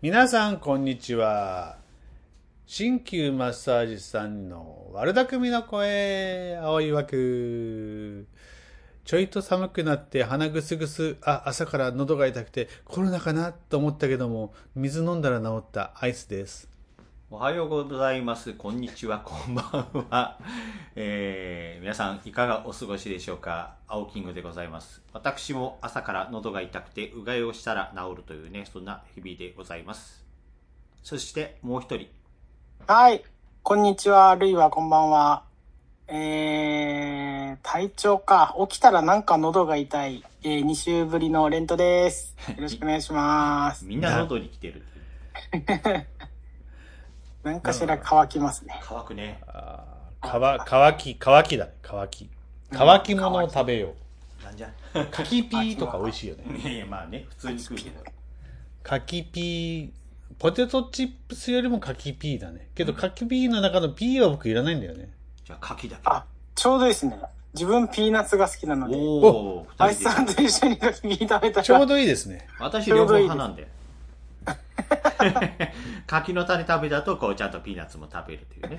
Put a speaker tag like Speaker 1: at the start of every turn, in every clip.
Speaker 1: 皆さん、こんにちは。鍼灸マッサージさんの悪巧みの声、青いわく。ちょいと寒くなって鼻ぐすぐす、あ、朝から喉が痛くてコロナかなと思ったけども、水飲んだら治ったアイスです。
Speaker 2: おはようございます。こんにちは、こんばんは。えー皆さん、いかがお過ごしでしょうか。青キングでございます。私も朝から喉が痛くて、うがいをしたら治るというね、そんな日々でございます。そして、もう一人。
Speaker 3: はい、こんにちは、あるいはこんばんは。えー、体調か。起きたらなんか喉が痛い。えー、2週ぶりのレントです。よろしくお願いし ます。
Speaker 2: みんな喉に来てる。
Speaker 3: なんかしら乾きますね。
Speaker 2: 乾くね。
Speaker 1: あーかわ、乾き、乾きだね、乾き。乾き物を食べよ
Speaker 2: なんじゃ。
Speaker 1: う。柿ピーとか美味しいよね。
Speaker 2: いやいや、まあね、普通に食うけど。
Speaker 1: 柿ピー、ポテトチップスよりも柿ピーだね。けど柿ピーの中のピーは僕いらないんだよね。
Speaker 2: じゃあ、牡蠣だけ。
Speaker 3: あ、ちょうどいいですね。自分ピーナッツが好きなので、
Speaker 2: おお、
Speaker 3: ア
Speaker 2: 二
Speaker 3: イス
Speaker 2: 人
Speaker 3: さん
Speaker 2: で。
Speaker 3: と一緒に時々食べた
Speaker 1: ちょう
Speaker 3: ら、
Speaker 1: どいいですね。
Speaker 2: 私、両方派なんだよ。 柿の種食べたと、こう、ちゃんとピーナッツも食べるというね。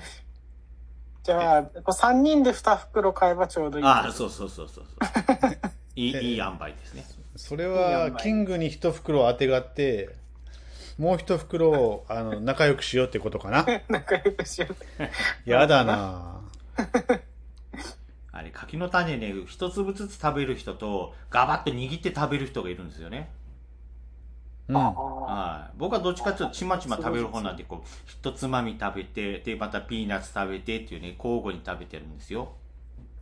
Speaker 3: じゃあ、こう3人で2袋買えばちょうどいい。
Speaker 2: ああ、そうそうそうそうそう。いい、いい塩梅ですね。
Speaker 1: それ
Speaker 3: いい
Speaker 1: は
Speaker 3: 塩、梅
Speaker 1: キングに一袋あてがって、もう一袋を、あの、仲良くしようってことかな。
Speaker 3: 仲良くしよう。
Speaker 1: やだなぁ
Speaker 2: あれ、柿の種ね、一粒ずつ食べる人と、ガバッと握って食べる人がいるんですよね。
Speaker 1: うん。
Speaker 2: はい。僕はどっちかというと、ちまちま食べる方なんで、こう、一つまみ食べて、で、またピーナッツ食べてっていうね、交互に食べてるんですよ。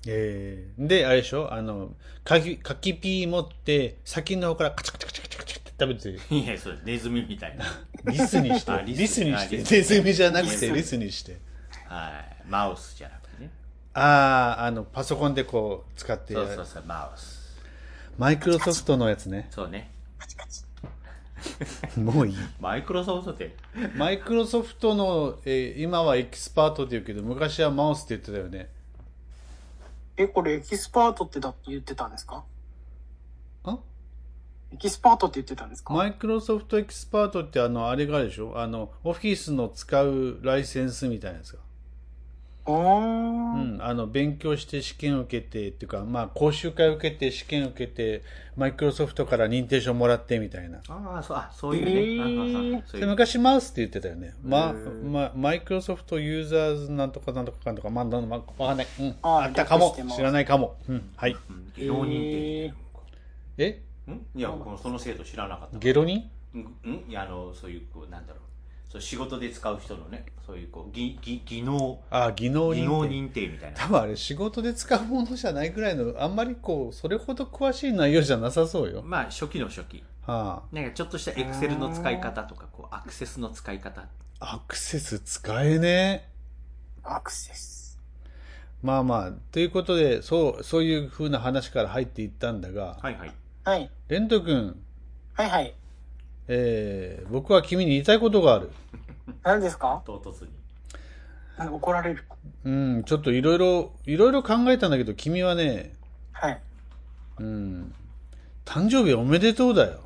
Speaker 1: えー、で、あれでしょあの、柿、柿ピー持って、先の方からカチャカチャカチャカチャカチャって食べてる。
Speaker 2: いや、そう、ネズミみたいな。
Speaker 1: リスにし
Speaker 2: あ
Speaker 1: て、
Speaker 2: リス
Speaker 1: リスにし
Speaker 2: あリ
Speaker 1: て、
Speaker 2: ス
Speaker 1: ネズミじゃなくて
Speaker 2: リス
Speaker 1: リスにして。
Speaker 2: はい。マウスじゃなくてね。
Speaker 1: ああ、あの、パソコンでこう、使ってや
Speaker 2: そう
Speaker 1: る
Speaker 2: そうそう、マウス。
Speaker 1: マイクロソフトのやつ ね。
Speaker 2: そうね。
Speaker 1: もういい。
Speaker 2: マイクロソフトって、
Speaker 1: マイクロソフトの、えー今はエキスパートって言うけど、昔はマウスって言ってたよね。
Speaker 3: え、これエキスパートってだって言ってたんですか
Speaker 1: ん
Speaker 3: エキスパートって言ってたんですか
Speaker 1: マイクロソフトエキスパートってあの、あれがあるでしょあの、オフィスの使うライセンスみたいなやつが。
Speaker 3: おー
Speaker 1: う。ん。あの、勉強して試験受けてっていうか、まあ、講習会受けて試験受けて、マイクロソフトから認定証もらってみたいな。
Speaker 2: ああ、そう、あ、そういう
Speaker 3: え
Speaker 2: ね。
Speaker 3: ー
Speaker 2: うんうんうんそうい
Speaker 1: で
Speaker 2: う。
Speaker 1: 昔マウスって言ってたよね。ま、
Speaker 2: へー
Speaker 1: ま、マイクロソフトユーザーズなんとかなんとかかんとか、まあ、なんまわかんない。うん。
Speaker 3: あ
Speaker 1: あったかも
Speaker 3: 略して。ます
Speaker 1: 知らないかも。うん。はい。
Speaker 2: うんゲロ人って言って
Speaker 1: え
Speaker 2: たよ。んいや、僕もその制度知らなかった。
Speaker 1: ゲロ人
Speaker 2: うんんいやあのそういうこうなんだろうそう仕事で使う人のねそういうこう技技技能
Speaker 1: ああ、技能
Speaker 2: 技
Speaker 1: 人。
Speaker 2: 能認定みたいな
Speaker 1: 多分あれ仕事で使うものじゃないぐらいの、あんまりこう、それほど詳しい内容じゃなさそうよ。
Speaker 2: まあ初期の初期
Speaker 1: は
Speaker 2: なんかちょっとしたエクセルの使い方とかこうアクセスの使い方
Speaker 1: あ、アクセス使えねえ。
Speaker 3: アクセス。
Speaker 1: まあまあ、ということで、そう、そういう風な話から入っていったんだが、
Speaker 2: はいはい
Speaker 3: はい。
Speaker 1: レント君、
Speaker 3: はいはい。
Speaker 1: えー、僕は君に言いたいことがある。
Speaker 3: 何ですか
Speaker 2: 唐 突に
Speaker 3: 怒られる。
Speaker 1: うん、ちょっといろいろ、いろいろ考えたんだけど、君はね、
Speaker 3: はい。
Speaker 1: うん、誕生日おめでとうだよ。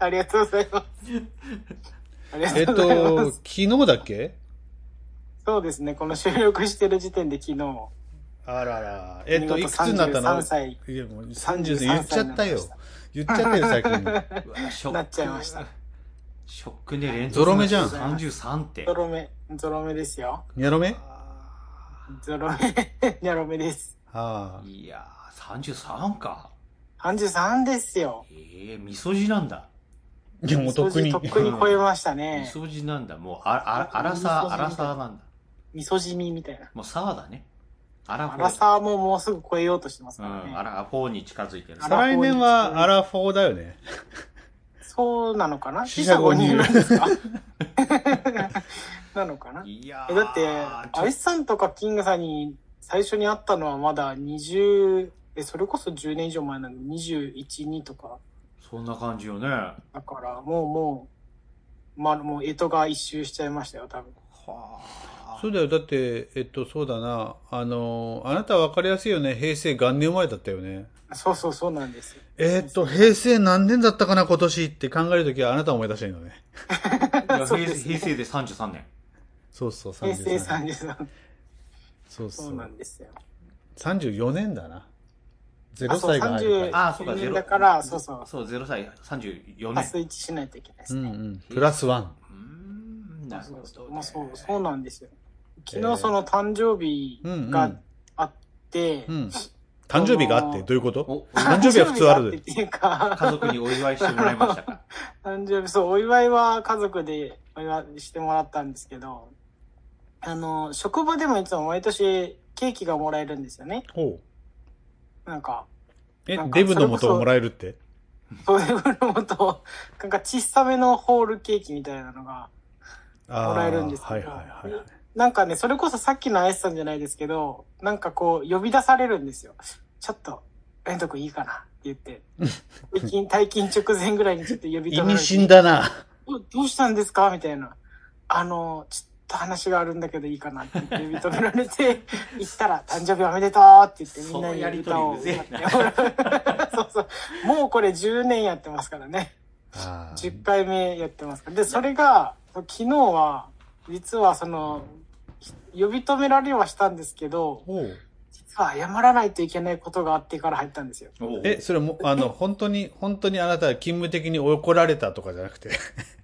Speaker 3: ありがとうございます。あり
Speaker 1: えっ
Speaker 3: がとうございま
Speaker 1: と、
Speaker 3: す。
Speaker 1: 昨日だっけ
Speaker 3: そうですね、この収録してる時点で昨日、
Speaker 1: あらら。えっと、い
Speaker 3: 見
Speaker 1: くつ
Speaker 3: 事
Speaker 1: になったの
Speaker 3: 33歳
Speaker 1: いや、もう30で
Speaker 3: 33
Speaker 1: 言っちゃったよ
Speaker 3: 歳
Speaker 1: 言
Speaker 3: にな。
Speaker 1: っちゃったよ、先に。
Speaker 2: うわショック
Speaker 3: なっちゃいました
Speaker 2: ショックね連
Speaker 1: ゾロ目じゃん
Speaker 2: 33って
Speaker 3: ゾロ目、ゾロ目ですよ。
Speaker 1: ニャロ メ
Speaker 3: ゾロ目、 ニャロ目です。
Speaker 1: ああ。
Speaker 2: いやー33か
Speaker 3: 33ですよ。
Speaker 2: ええー、みそじなんだ
Speaker 1: いや、もうとっくに。
Speaker 3: とっくに超えました
Speaker 2: み
Speaker 3: ね。
Speaker 2: そじなんだもうあああらさあらさなんだ
Speaker 3: 味噌じみみたいな。
Speaker 2: もうさあだねあら
Speaker 3: アラサーももうすぐ超えようとしてます
Speaker 2: う
Speaker 3: からね
Speaker 2: ん、あ。ら、フォーに近づいてる。
Speaker 3: あ
Speaker 1: 再来年はアラフォーだよね。
Speaker 3: そうなのかな
Speaker 1: 四
Speaker 3: 四
Speaker 1: 捨
Speaker 3: 捨
Speaker 1: 五
Speaker 3: 五
Speaker 1: 入
Speaker 3: 入なんですか なのかない
Speaker 2: や
Speaker 3: え
Speaker 2: ー
Speaker 3: だって、
Speaker 2: ちょ
Speaker 3: アイスさんとかキングさんに最初に会ったのはまだ20、え、それこそ10年以上前なので21、2とか。
Speaker 2: そんな感じよね。は
Speaker 3: だから、もうもう、まあ、もう、江戸が一周しちゃいましたよ、多分。
Speaker 2: あ。
Speaker 1: そうだよ。だって、えっと、そうだな。あの、あなたは分かりやすいよね。平成元年生まれだったよね。
Speaker 3: そうそうそうなんですよ。
Speaker 1: えーっと、平成何年だったかな、今年って考えるときはあなたを思い出してるのね。
Speaker 2: 平
Speaker 3: そうですね
Speaker 2: 平成で33年。
Speaker 1: そうそう、33
Speaker 3: 平成33
Speaker 1: そうそ
Speaker 3: そう
Speaker 1: う
Speaker 3: な。んですよ。
Speaker 1: 34年だな。0
Speaker 3: あそう
Speaker 1: 歳が入るから。
Speaker 2: ああ、そうか、
Speaker 3: うん
Speaker 2: ゼロ。
Speaker 3: だからそうそう
Speaker 2: そう、0歳、34
Speaker 3: 足す
Speaker 2: 年。
Speaker 3: 1しないといけないで
Speaker 1: う
Speaker 3: す
Speaker 1: んう
Speaker 3: ね。
Speaker 1: ん。プラスワン。
Speaker 2: うーん、なるほど、ね。
Speaker 3: まあそう、そうなんですよ。昨
Speaker 1: えー
Speaker 3: 日その誕生日
Speaker 1: うんう
Speaker 3: が
Speaker 1: ん。
Speaker 3: あって、
Speaker 1: うん。誕生日があって、どういうこと
Speaker 2: お
Speaker 1: 誕生日は普通ある
Speaker 3: 誕生日がってっていうか、
Speaker 2: 家族にお祝いしてもらいましたか。
Speaker 3: 誕生日、そう、お祝いは家族でお祝いしてもらったんですけど、あの、職場でもいつも毎年ケーキがもらえるんですよね。
Speaker 1: ほう。
Speaker 3: なんか、
Speaker 1: え
Speaker 3: なん、か
Speaker 1: デブの
Speaker 3: それこ
Speaker 1: 元
Speaker 3: そ
Speaker 1: をもらえるって
Speaker 3: そういうのもと、 なんか小さめのホールケーキみたいなのが、
Speaker 1: あー
Speaker 3: もらえるんですけど
Speaker 1: はいはいはいはい。
Speaker 3: なんかね、それこそさっきのアイスさんじゃないですけど、なんかこう、呼び出されるんですよ。ちょっと、遠藤くんいいかなって 言って、退勤、退勤直前ぐらいにちょっと呼び止め
Speaker 1: 意
Speaker 3: られ
Speaker 1: 味
Speaker 3: て。
Speaker 1: 深だな。
Speaker 3: どどうしたんですかみたいな。あの、ちょっと話があるんだけどいいかなって言って認めら れて、行ったら誕生日おめでとうって言ってみんなに歌を
Speaker 2: そのやりとりう
Speaker 3: そうそう。もうこれ10年やってますからね。
Speaker 1: あー
Speaker 3: 10回目やってますから。で、それが、昨日は、実はその、ひ呼び止められはしたんですけど、
Speaker 1: ほう。
Speaker 3: 実は謝らないといけないことがあってから入ったんですよ。
Speaker 2: おう
Speaker 1: え、それも、あの、本当に、本当にあなたは勤務的に怒られたとかじゃなくて。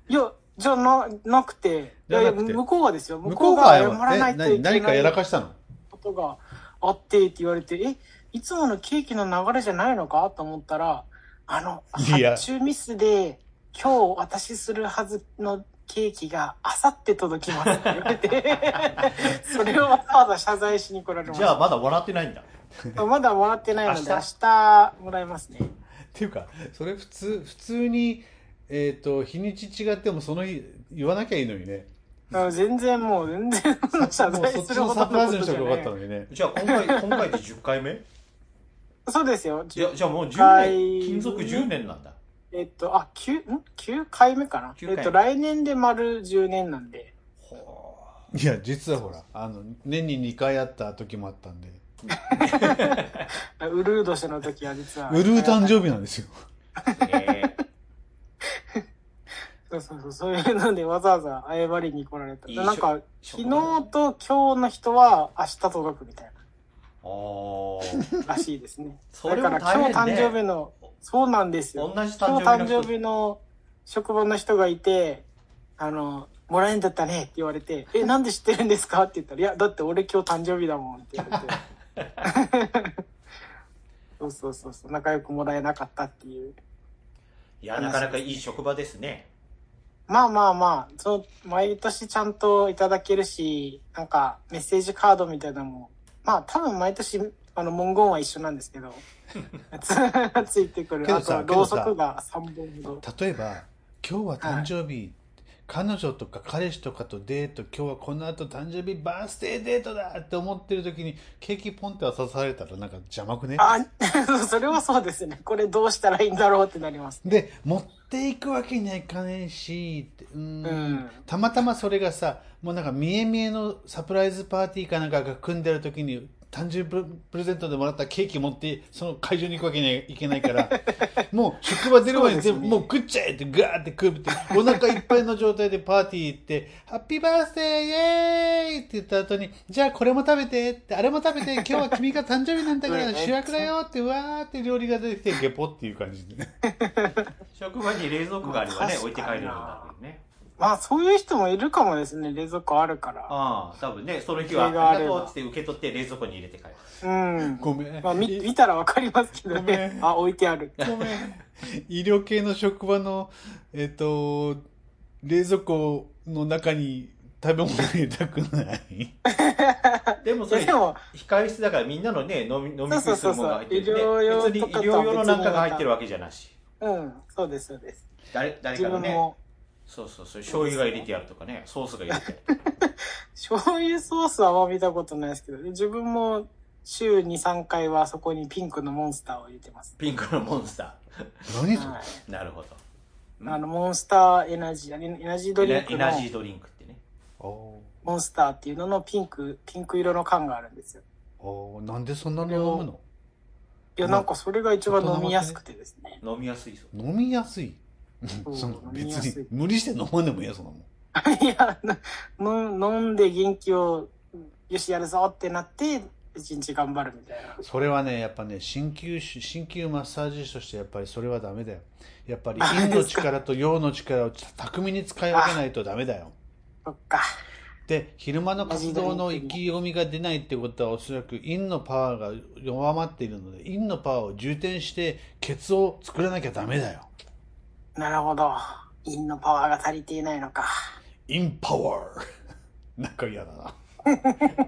Speaker 3: いや、じゃあな、なくて、い
Speaker 1: じゃ
Speaker 3: やい
Speaker 1: な
Speaker 3: や、
Speaker 1: くて
Speaker 3: 向こうはですよ。向
Speaker 1: 向
Speaker 3: こ
Speaker 1: こ
Speaker 3: う
Speaker 1: う
Speaker 3: が
Speaker 1: が
Speaker 3: 謝
Speaker 1: 謝
Speaker 3: らないとい
Speaker 1: え
Speaker 3: けない。
Speaker 1: 何かやらかしたの
Speaker 3: ことがあってって言われて、え、いつものケーキの流れじゃないのかと思ったら、あの、
Speaker 1: いや
Speaker 3: 発注ミスで、今日私するはずのケーキがあさって届きますって言わ れて、それをわざわざ謝罪しに来られまし
Speaker 2: じゃあ
Speaker 3: た。
Speaker 2: まだ笑ってないんだ。
Speaker 3: まだもらってないので、
Speaker 2: 明
Speaker 3: 明
Speaker 2: 日
Speaker 3: 日もらいますね。
Speaker 1: っていうか、それ普通、普通に、えっ、と、日にち違ってもその日言わなきゃいいのにね。
Speaker 3: だから全然もう全然謝
Speaker 1: もう
Speaker 3: 罪
Speaker 1: そっ
Speaker 3: す
Speaker 1: ち
Speaker 3: る
Speaker 1: の
Speaker 3: ほ
Speaker 1: サ
Speaker 3: ど
Speaker 1: プラ
Speaker 3: の
Speaker 1: イズ
Speaker 3: こ
Speaker 1: にし
Speaker 3: とじ
Speaker 1: と
Speaker 3: ゃ
Speaker 1: けばよか
Speaker 3: な
Speaker 1: った
Speaker 3: い
Speaker 1: の。にね。
Speaker 2: じゃあ今回、 今回で10回目
Speaker 3: そうですよ。
Speaker 2: じゃあじゃあもう10
Speaker 3: 回
Speaker 2: 年、勤続10年なんだ。
Speaker 3: えっと、あ、九ん ?9 回目かな
Speaker 2: 九回目
Speaker 3: えっと、来年で丸10年なんで。
Speaker 2: ほ
Speaker 1: いや、実はほら、あの、年に2回あった時もあったんで、
Speaker 3: ウルー年の時は実は。
Speaker 1: ウルー誕生日なんですよ。
Speaker 2: う え
Speaker 3: そうそうそう、そういうのでわざわざ謝りに来られた。
Speaker 2: いい
Speaker 3: なんか、
Speaker 2: しょ
Speaker 3: 昨日と今日の人は明日届くみたい
Speaker 2: ー、あー。
Speaker 3: な、らしいですね
Speaker 2: そ
Speaker 3: だ
Speaker 2: れ
Speaker 3: か
Speaker 2: も
Speaker 3: ら
Speaker 2: 大
Speaker 3: 今
Speaker 2: 変ね
Speaker 3: 日誕生日の、そうなんですよ。
Speaker 2: 同じ誕
Speaker 3: 今
Speaker 2: 生
Speaker 3: 日
Speaker 2: 日の人
Speaker 3: 誕生日の職場の人がいて、あの、もらえんだったねって言われて、え、なんで知ってるんですかって言ったら、いや、だって俺今日誕生日だもんって言われて。 そうそうそうそう、仲良くもらえなかったっていう。
Speaker 2: いや、なかなかいい職場ですね。
Speaker 3: まあまあまあ、そう、毎年ちゃんといただけるし、なんかメッセージカードみたいなのも、まあ多分毎年、あの文言は一緒なんですけど、 つついてくる。
Speaker 1: けど
Speaker 3: あ
Speaker 1: さ
Speaker 3: と、ろうそくが3本ほど。
Speaker 1: 例えば、今日は誕生日、彼女とか彼氏とかとデート、今日はこの後誕生日バースデーデートだって思ってる時に、ケーキポンって渡されたらなんか邪魔くね
Speaker 3: あ、 それはそうですね。これどうしたらいいんだろうってなります。
Speaker 1: で、持っていくわけにはいかねえし、ってうーん
Speaker 3: うん
Speaker 1: たまたまそれがさ、もうなんか見え見えのサプライズパーティーかなんかが組んでる時に、誕生日プレプレゼントでもらったケーキ持って、その会場に行くわけにはいけない から、もう職場出る前に全部、
Speaker 3: そうですね
Speaker 1: もう食っちゃえってガーって食うって、お腹いっぱいの状態でパーティー行って、ハッピーバースデーイエーイって言った後に、じゃあこれも食べてって、あれも食べて、今日は君が誕生日なんだ から主役だよって、うわーって料理が出てきて、ゲポっていう感じでね。
Speaker 2: 職場に冷蔵庫があればね、
Speaker 3: まあ
Speaker 2: 置いて帰れるん
Speaker 3: 確
Speaker 2: だ
Speaker 3: か
Speaker 2: けどね。
Speaker 3: まあそういう人もいるかもですね。冷蔵庫あるから。
Speaker 2: ああ、多分ね、その日は、
Speaker 3: それがあ
Speaker 2: あ
Speaker 3: れ
Speaker 2: り
Speaker 3: ば
Speaker 2: がとうっつって受け取って冷蔵庫に入れて帰る。
Speaker 3: うん。
Speaker 1: ごめん。
Speaker 3: まあ見見たらわかりますけど
Speaker 1: ごめ
Speaker 3: ね。
Speaker 1: ん
Speaker 3: あ、置いてあ る。
Speaker 1: ごめん。医療系の職場の、えっ、と、冷蔵庫の中に食べ物入れたくない。
Speaker 2: でもそれ
Speaker 3: で、も、
Speaker 2: 控え室だからみんなのね、飲み、飲み食
Speaker 3: そう
Speaker 2: いす
Speaker 3: そ
Speaker 2: る
Speaker 3: うそう
Speaker 2: ものが入ってる、ね。
Speaker 3: 医療用
Speaker 2: 別に
Speaker 3: と
Speaker 2: 医
Speaker 3: か
Speaker 2: 療
Speaker 3: とは
Speaker 2: 用のなんかが入ってるわけじゃなし。
Speaker 3: うん、そうです、そうです。
Speaker 2: 誰、誰
Speaker 3: 自
Speaker 2: かが
Speaker 3: 分
Speaker 2: ね。
Speaker 3: も。
Speaker 2: そうそうそう、醤油が入れてあるとかね、ソースが入れてあ る。
Speaker 3: 醤油ソースはあんま見たことないですけど、自分も週2、3回はそこにピンクのモンスターを入れてます。
Speaker 2: ピンクのモンスタ
Speaker 1: 何それ
Speaker 3: は
Speaker 2: ー。なるほど。
Speaker 3: い。あの、モンスターエナジー、エナジード
Speaker 2: エ
Speaker 3: リ
Speaker 2: ナ
Speaker 3: ンク
Speaker 2: エナ
Speaker 3: の
Speaker 2: ジードリンクってね。
Speaker 1: お
Speaker 3: モンスターっていうののピンク、ピンク色の缶があるんですよ。
Speaker 1: ーおーなんでそんなの飲むの
Speaker 3: や、なんかそれが一番飲みやすくてですね。
Speaker 2: 飲みやすいそう。
Speaker 1: 飲みやすい。
Speaker 3: そう
Speaker 1: その
Speaker 3: 飲み
Speaker 1: 別
Speaker 3: やす
Speaker 1: に
Speaker 3: い、
Speaker 1: 無理して飲まんでもいいや、そんなもん。
Speaker 3: いや、の飲んで元気を、よし、やるぞってなって、一日頑張るみたいな。
Speaker 1: それはね、やっぱね、鍼灸師、鍼灸マッサージ師としてやっぱりそれはダメだよ。やっぱり
Speaker 3: あ
Speaker 1: 陰
Speaker 3: で
Speaker 1: の
Speaker 3: すか
Speaker 1: 力と陽の力を巧みに使い分けないとダメだよ。
Speaker 3: そっか。
Speaker 1: で、昼間の活動の意気込みが出ないってことはおそらく陰のパワーが弱まっているので、陰のパワーを充填して、ケツを作らなきゃダメだよ。
Speaker 3: なるほど。陰のパワーが足りていないのか。
Speaker 1: インパワー なんか嫌だ な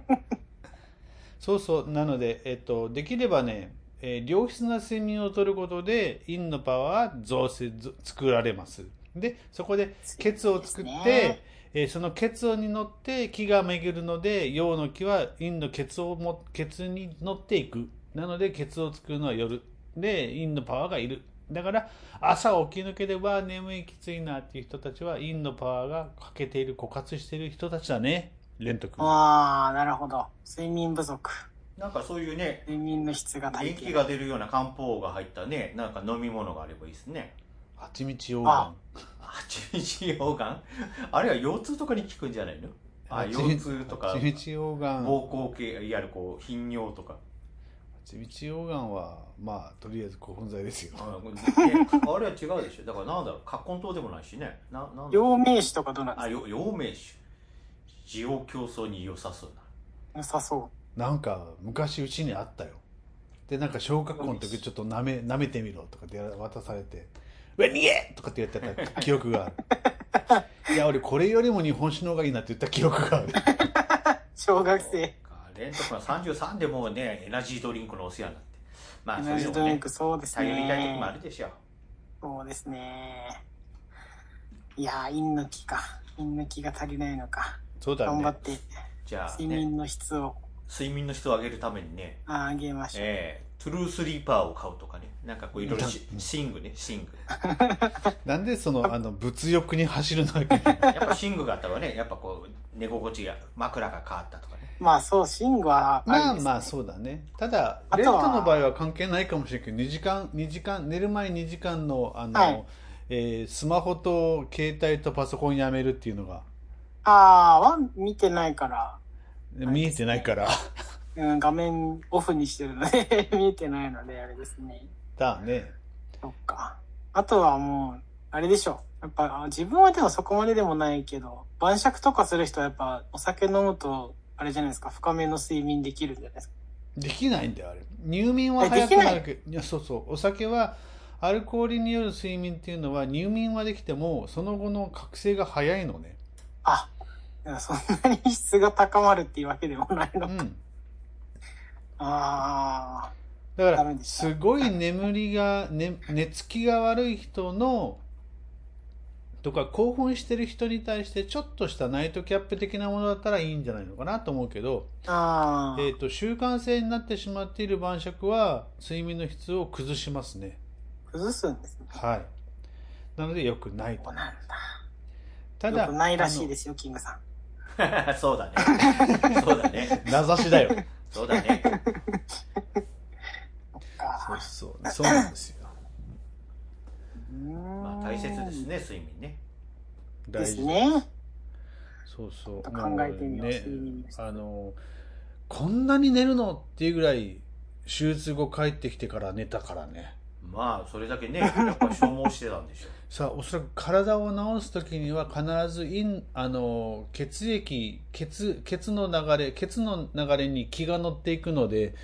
Speaker 1: そうそうなので、えっと、できればね、えー良質な睡眠をとることで陰のパワーは増せず作られますでそこでケツを作って、
Speaker 3: そうですね
Speaker 1: えーそのケツに乗って気が巡るので陽の気は陰のケツをもケツに乗っていくなのでケツを作るのは夜で陰のパワーがいるだから朝起き抜けでわあ眠いきついなっていう人たちは陰のパワーが欠けている枯渇している人たちだねレント君
Speaker 3: ああ、なるほど。睡眠不足。
Speaker 2: なんかそういうね、
Speaker 3: 睡眠の質が足り
Speaker 2: 元
Speaker 3: てい
Speaker 2: 気
Speaker 3: ない。
Speaker 2: が出るような漢方が入ったね、なんか飲み物があればいいですね。
Speaker 1: 蜂蜜溶
Speaker 3: あ
Speaker 1: 岩
Speaker 2: 八日溶岩あれは腰痛とかに効くんじゃないのあ、
Speaker 1: 蜂
Speaker 2: 腰痛とか
Speaker 1: 蜂、蜜溶岩
Speaker 2: 膀胱系、いわゆるこう、頻尿とか。
Speaker 1: 蜂蜜溶岩はまあとりあえず古墳剤ですよ
Speaker 2: あねあれは違うでしょ。だからなんだろう、葛根湯でもないしね。な、なんだろう
Speaker 3: 陽明酒とかどうなんです
Speaker 2: あ、
Speaker 3: か
Speaker 2: よ陽明酒。需要競争に良さそうな。
Speaker 3: 良さそ
Speaker 1: なんか昔うちにあったよでなんか小学校の時ちょっと舐め舐めてみろとかって渡されて「うわ逃げ!」とかって言 ってた記憶があるいや俺これよりも日本酒の方がいいなって言った記憶 がある
Speaker 3: う。小学生。
Speaker 2: レント君は33でもうね、エナジードリンクのお世話になって。まあ、
Speaker 3: エ
Speaker 2: そう
Speaker 3: ナ
Speaker 2: い
Speaker 3: ジ
Speaker 2: う
Speaker 3: ー
Speaker 2: の
Speaker 3: ド
Speaker 2: も
Speaker 3: リ
Speaker 2: ね
Speaker 3: ンク、、そうです
Speaker 2: 頼りたい時もあ
Speaker 3: ね。
Speaker 2: るでしょう。
Speaker 3: そうですね。いやー、陰抜きか。陰抜きが足りないのか。
Speaker 1: そうだ
Speaker 3: 頑張
Speaker 1: ね
Speaker 3: って、
Speaker 2: じゃあ、
Speaker 3: 睡
Speaker 2: ね、
Speaker 3: 眠の質を
Speaker 2: 睡眠の質を上げるためにね、
Speaker 3: あー上げましょう。
Speaker 2: えー、トゥルースリーパーを買うとかね、なんかこういろいろし
Speaker 1: うん
Speaker 2: シングね、 シング。
Speaker 1: なんでそのあの物欲に走るの か
Speaker 2: やっぱシングがあったらね、やっぱこう、寝心地が、枕が変わったとかね。
Speaker 3: まあそう、シングはありです
Speaker 1: まあ
Speaker 3: ね
Speaker 1: まあそうだねただ
Speaker 3: あ
Speaker 1: レン
Speaker 3: と
Speaker 1: ト
Speaker 3: は
Speaker 1: の場合は関係ないかもしれないけど2時間2時間寝る前2時間のあの、
Speaker 3: はい
Speaker 1: えースマホと携帯とパソコンやめるっていうのが
Speaker 3: ああ、は見てないから、
Speaker 1: 見えてないから。
Speaker 3: うん、画面オフにしてるので、 見えてないので、あれですね。
Speaker 1: だね。
Speaker 3: そっか。あとはもう、あれでしょ。やっぱ、あ自分はでもそこまででもないけど、晩酌とかする人はやっぱ、お酒飲むと、あれじゃないですか、深めの睡眠できるんじゃないですか。
Speaker 1: できないんだよ、あれ。入眠は早くなるけど、いや、そうそう。お酒は、アルコールによる睡眠っていうのは、入眠はできても、その後の覚醒が早いのね。
Speaker 3: あ、いやそんなに質が高まるっていうわけでもないの
Speaker 1: う
Speaker 3: か。
Speaker 1: ん。
Speaker 3: ああ、
Speaker 1: だか
Speaker 3: ダ
Speaker 1: ら、
Speaker 3: メでした
Speaker 1: すごい眠りが、ね、寝つきが悪い人の、とか、興奮してる人に対して、ちょっとしたナイトキャップ的なものだったらいいんじゃないのかなと思うけど、
Speaker 3: ああ、
Speaker 1: えっ、と、習慣性になってしまっている晩酌は、睡眠の質を崩しますね。
Speaker 3: 崩すんですね。
Speaker 1: はい。なので、良くないと
Speaker 3: そう
Speaker 1: 思いま
Speaker 3: な
Speaker 1: す
Speaker 3: ん。
Speaker 1: た
Speaker 3: だ。
Speaker 1: だ、。
Speaker 3: よくないらしいですすよ、キングさん。
Speaker 2: そうだね。そうだね。
Speaker 1: 名指しだ よ。
Speaker 2: そうだね。
Speaker 3: あ
Speaker 1: そうそう、そうなんですよ。
Speaker 3: ーうーん
Speaker 2: まあ大切ですね、睡眠ね。
Speaker 1: 大
Speaker 3: です
Speaker 1: 事。
Speaker 3: ね。
Speaker 1: そうそう。
Speaker 3: ちょっと考えてみよう
Speaker 1: もね
Speaker 3: 睡眠の質
Speaker 1: あの、こんなに寝るのっていうぐらい、手術後帰ってきてから寝たからね。
Speaker 2: まあ、それだけね、やっぱり消耗してたんでしょう。
Speaker 1: さあ、おそらく体を治すときには必ずイン、あの、血液、血、血の流れ、血の流れに気が乗っていくので、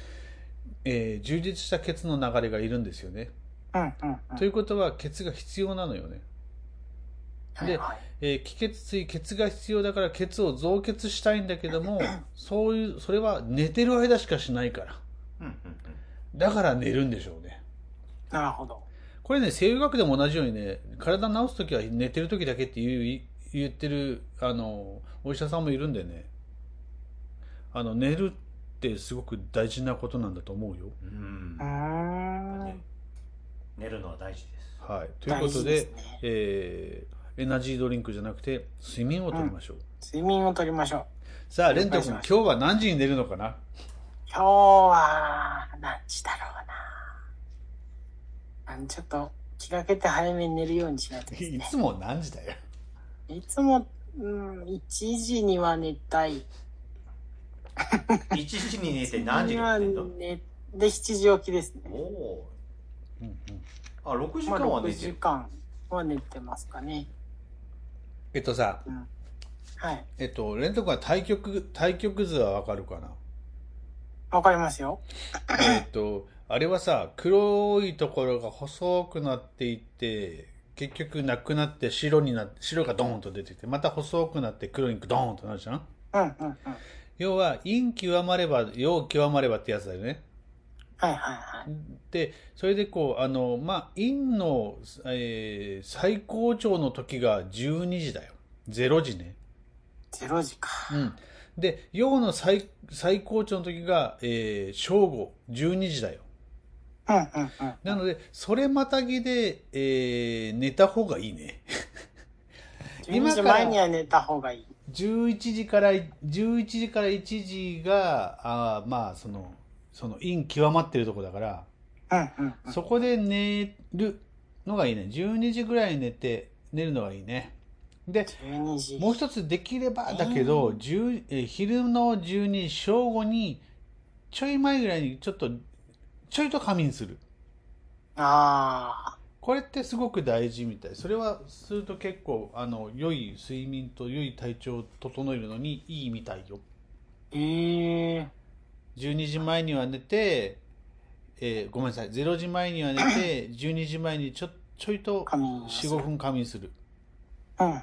Speaker 1: えー充実した血の流れがいるんですよね。
Speaker 3: うんうんうん。
Speaker 1: ということは、血が必要なのよね。
Speaker 3: はいはい
Speaker 1: えー気血水、血が必要だから血を増血したいんだけど も、そういう、それは寝てる間しかしないから。
Speaker 2: うんうんうん。
Speaker 1: だから寝るんでしょうね。
Speaker 3: なるほど。
Speaker 1: これね、西洋医学でも同じようにね、体治すときは寝てるときだけって言うい言ってる、あの、お医者さんもいるんでね、あの、寝るってすごく大事なことなんだと思うよ。
Speaker 2: う
Speaker 3: うんー
Speaker 2: ね
Speaker 3: ん。
Speaker 2: 寝るのは大事です。
Speaker 1: はい。ということで、
Speaker 3: 大事ですね
Speaker 1: えーエナジードリンクじゃなくて、睡眠をとりましょう。
Speaker 3: 睡眠をとりましょう。
Speaker 1: さあ、レント君、今日は何時に寝るのかな
Speaker 3: 今日は、何時だろうな。あのちょっと気がけて早めに寝るようにしないとです
Speaker 1: い
Speaker 3: ね。
Speaker 1: つも何時だよ。
Speaker 3: いつも、うん、1時には寝たい。
Speaker 2: 1時に寝て何時に起きてんの
Speaker 3: 寝で、7時起きですね。
Speaker 2: おお
Speaker 1: うんうん
Speaker 2: ー。あ、6時
Speaker 3: まあ、
Speaker 2: 間は寝
Speaker 3: 6
Speaker 2: て
Speaker 3: 時
Speaker 2: る。
Speaker 3: 間は寝てますかね。
Speaker 1: えっとさ、
Speaker 3: はい。
Speaker 1: えっと、レント君は対局、対局図はわかるかな
Speaker 3: わかりますよ。
Speaker 1: えっと、あれはさ、黒いところが細くなっていって、結局なくなって白になって、白がドーンと出てきて、また細くなって黒にドーンとなるじゃん
Speaker 3: うんうんうん。
Speaker 1: 要は、陰極まれば、陽極まればってやつだよね。
Speaker 3: はいはいはい。
Speaker 1: で、それでこう、あの、まあ、陰の、えー最高潮の時が12時だよ。0時ね。
Speaker 3: 0時か。
Speaker 1: うん。で、陽の最、最高潮の時が、えー正午、12時だよ。
Speaker 3: うんうんうん。
Speaker 1: なので、それまたぎで、えー寝た方がいいね。 今
Speaker 3: 12
Speaker 1: か
Speaker 3: 時
Speaker 1: ら
Speaker 3: 前には寝た方がいい。
Speaker 1: 11時から、11時から1時が、あーまあ、その、その、陰極まってるとこだから、
Speaker 3: うんうんうん。
Speaker 1: そこで寝るのがいいね。12時ぐらいに寝て、寝るのがいいね。で、
Speaker 3: 12時。
Speaker 1: もう一つできればだけど、10えー昼の12時、正午に、ちょい前ぐらいにちょっと、ちょいと仮眠する。
Speaker 3: あ
Speaker 1: これってすごく大事みたい。それはすると結構、あの、良い睡眠と良い体調を整えるのにいいみたいよ。
Speaker 3: ー。ええ
Speaker 1: 12時前には寝て、えーごめんなさい、0時前には寝て、12時前にちょちょいと
Speaker 3: 仮眠をす
Speaker 1: 4、
Speaker 3: る
Speaker 1: 5分仮眠する。
Speaker 3: うんうんうん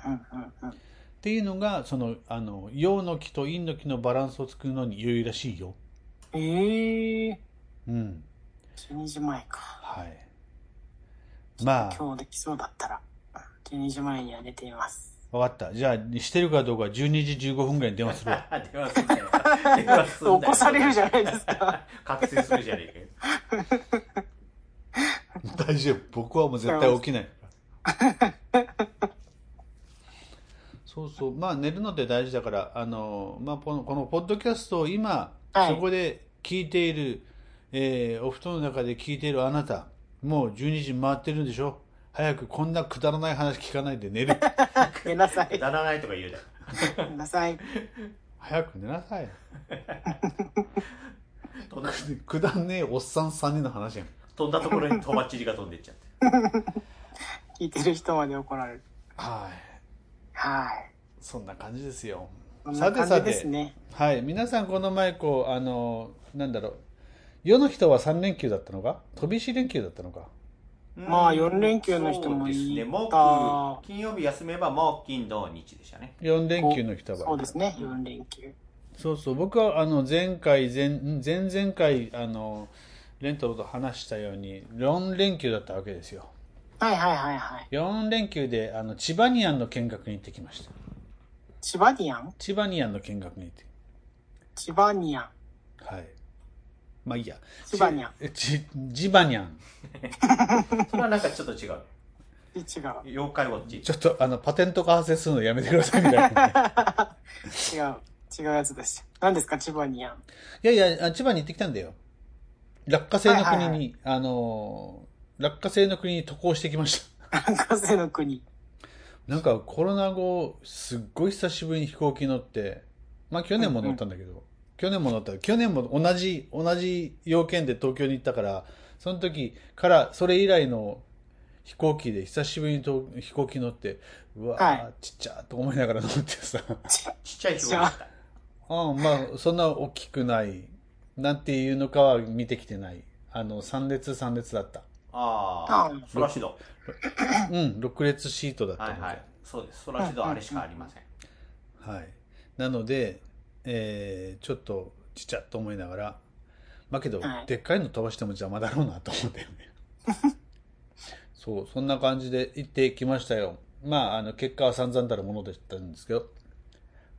Speaker 3: うん。
Speaker 1: っていうのが、その、あの、陽の気と陰の気のバランスを作るのに良いらしいよ。
Speaker 3: ええ
Speaker 1: うん。
Speaker 3: ー。12時前か。
Speaker 1: はい。まあ、
Speaker 3: 今日できそうだったら、12時前には寝ています。
Speaker 1: わかった。じゃあ、してるかどうか12時15分ぐらいに電話するわ。
Speaker 2: あ、 電話すんだよ。電話すんだよ
Speaker 3: 起こされるじゃないですか。
Speaker 2: 覚醒するじゃねえかよ。
Speaker 1: 大丈夫僕はもう絶対起きない そうそうまあ寝るのって大事だからあの、まあ、このこのポッドキャストを今、
Speaker 3: はい
Speaker 1: そこで聞いている、えーお布団の中で聞いているあなたもう12時回ってるんでしょ早くこんなくだらない話聞かないで寝る
Speaker 3: 寝なさい。
Speaker 2: だらないとか言うだよ。
Speaker 3: 寝なさい。
Speaker 1: 早く寝なさい
Speaker 2: 飛んだ
Speaker 1: くくだんねえおっさん3人の話やん
Speaker 2: 飛んだところにとばっちりが飛んでっちゃって。
Speaker 3: 聞いてる人まで怒られる。
Speaker 1: はい
Speaker 3: はい。
Speaker 1: そんな感じですよ
Speaker 3: こんな感じですね。
Speaker 1: はい、皆さんこの前こうあのなんだろう世の人は3連休だったのか飛び石連休だったのか
Speaker 3: まあ四連休の人もいた
Speaker 2: そうですね。木、金曜日休めば、もう金、土、日でしたね。
Speaker 1: 4連休の人は
Speaker 3: そうですね。4連休。
Speaker 1: そうそう僕はあの前回前ん前々回あのレントと話したように4連休だったわけですよ
Speaker 3: はいはいはいはい。
Speaker 1: 4連休であのチバニアンの見学に行ってきました
Speaker 3: チバニアン
Speaker 1: チバニアンの見学に行って
Speaker 3: チバニアン。
Speaker 1: はいまあいいや
Speaker 3: チバニャン
Speaker 1: えちジバニャン
Speaker 2: それはなんかちょっと違う。
Speaker 3: え違う。
Speaker 2: 妖怪ウォッチ。
Speaker 1: ちょっとあのパテントが発生するのやめてくださいみたいな
Speaker 3: 違う。違うやつでした。何ですか、チバニアン。
Speaker 1: いやいや、あ千葉に行ってきたんだよ。落花生の国に、
Speaker 3: はいはいは
Speaker 1: あのー、落花生の国に渡航してきました。
Speaker 3: 博士の国。
Speaker 1: なんかコロナ後、すっごい久しぶりに飛行機乗って、まあ去年も乗ったんだけど、去年も乗った。去年も同じ、同じ要件で東京に行ったから、その時から、それ以来の飛行機で久しぶりにと飛行機乗って、うわー、
Speaker 3: は
Speaker 1: ちっちゃーと思いながら乗ってさ。
Speaker 2: ちっちゃい人がいた。
Speaker 1: ああまあそんな大きくないなんていうのかは見てきてないあの3列3列だった
Speaker 2: あ
Speaker 3: う
Speaker 2: あ
Speaker 3: ん、
Speaker 2: ソラシド。
Speaker 1: うん6列シートだった
Speaker 2: は
Speaker 1: の
Speaker 2: い
Speaker 1: で、
Speaker 2: はい。そうです。ソラシドはあれしかありません。
Speaker 1: はいなので、えーちょっとちっちゃっと思いながらまあけど、
Speaker 3: はい
Speaker 1: でっかいの飛ばしても邪魔だろうなと思ったよねそうそんな感じで行ってきましたよまああの結果は散々たるものでしたんですけど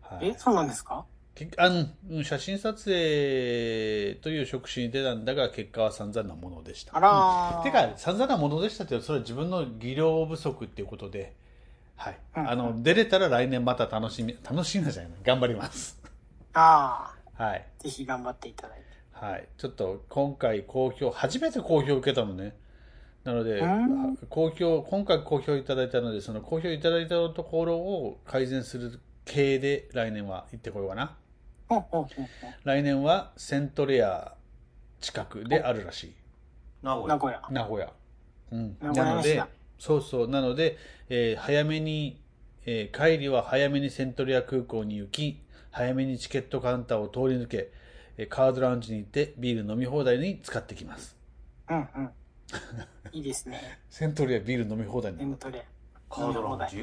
Speaker 1: はい
Speaker 3: え、そうなんですか
Speaker 1: 結あのうん写真撮影という職種に出たんだが結果は散々なものでした。
Speaker 3: あらー。
Speaker 1: てか散々なものでしたってそれは自分の技量不足っていうことで、はい、
Speaker 3: うん
Speaker 1: あの出れたら来年また楽しみ楽しみなじゃない頑張ります。
Speaker 3: あ
Speaker 1: はい
Speaker 3: あ。ぜひ頑張っていただいて。
Speaker 1: はいちょっと今回好評初めて好評受けたのね。なので
Speaker 3: うん、
Speaker 1: 公表、今回公表いただいたので、その公表いただいたところを改善する系で来年は行ってこようかな。
Speaker 3: ほうほうほう
Speaker 1: 来年はセントレア近くであるらしい。
Speaker 2: 名
Speaker 3: ほ
Speaker 2: 古
Speaker 3: う名
Speaker 2: 屋。
Speaker 3: 古屋。
Speaker 1: 名古屋。うん。
Speaker 3: 名古
Speaker 1: な
Speaker 3: 屋
Speaker 1: の
Speaker 3: の市
Speaker 1: で
Speaker 3: だ、
Speaker 1: そうそう、なので、えー早めに、えー帰りは早めにセントリア空港に行き、早めにチケットカウンターを通り抜け、えーカードラウンジに行ってビール飲み放題に使ってきます。
Speaker 3: うんうん。いいですね。
Speaker 1: セントリアビール飲み放題
Speaker 3: エ
Speaker 1: に
Speaker 3: ントレ。
Speaker 2: カードラウンジ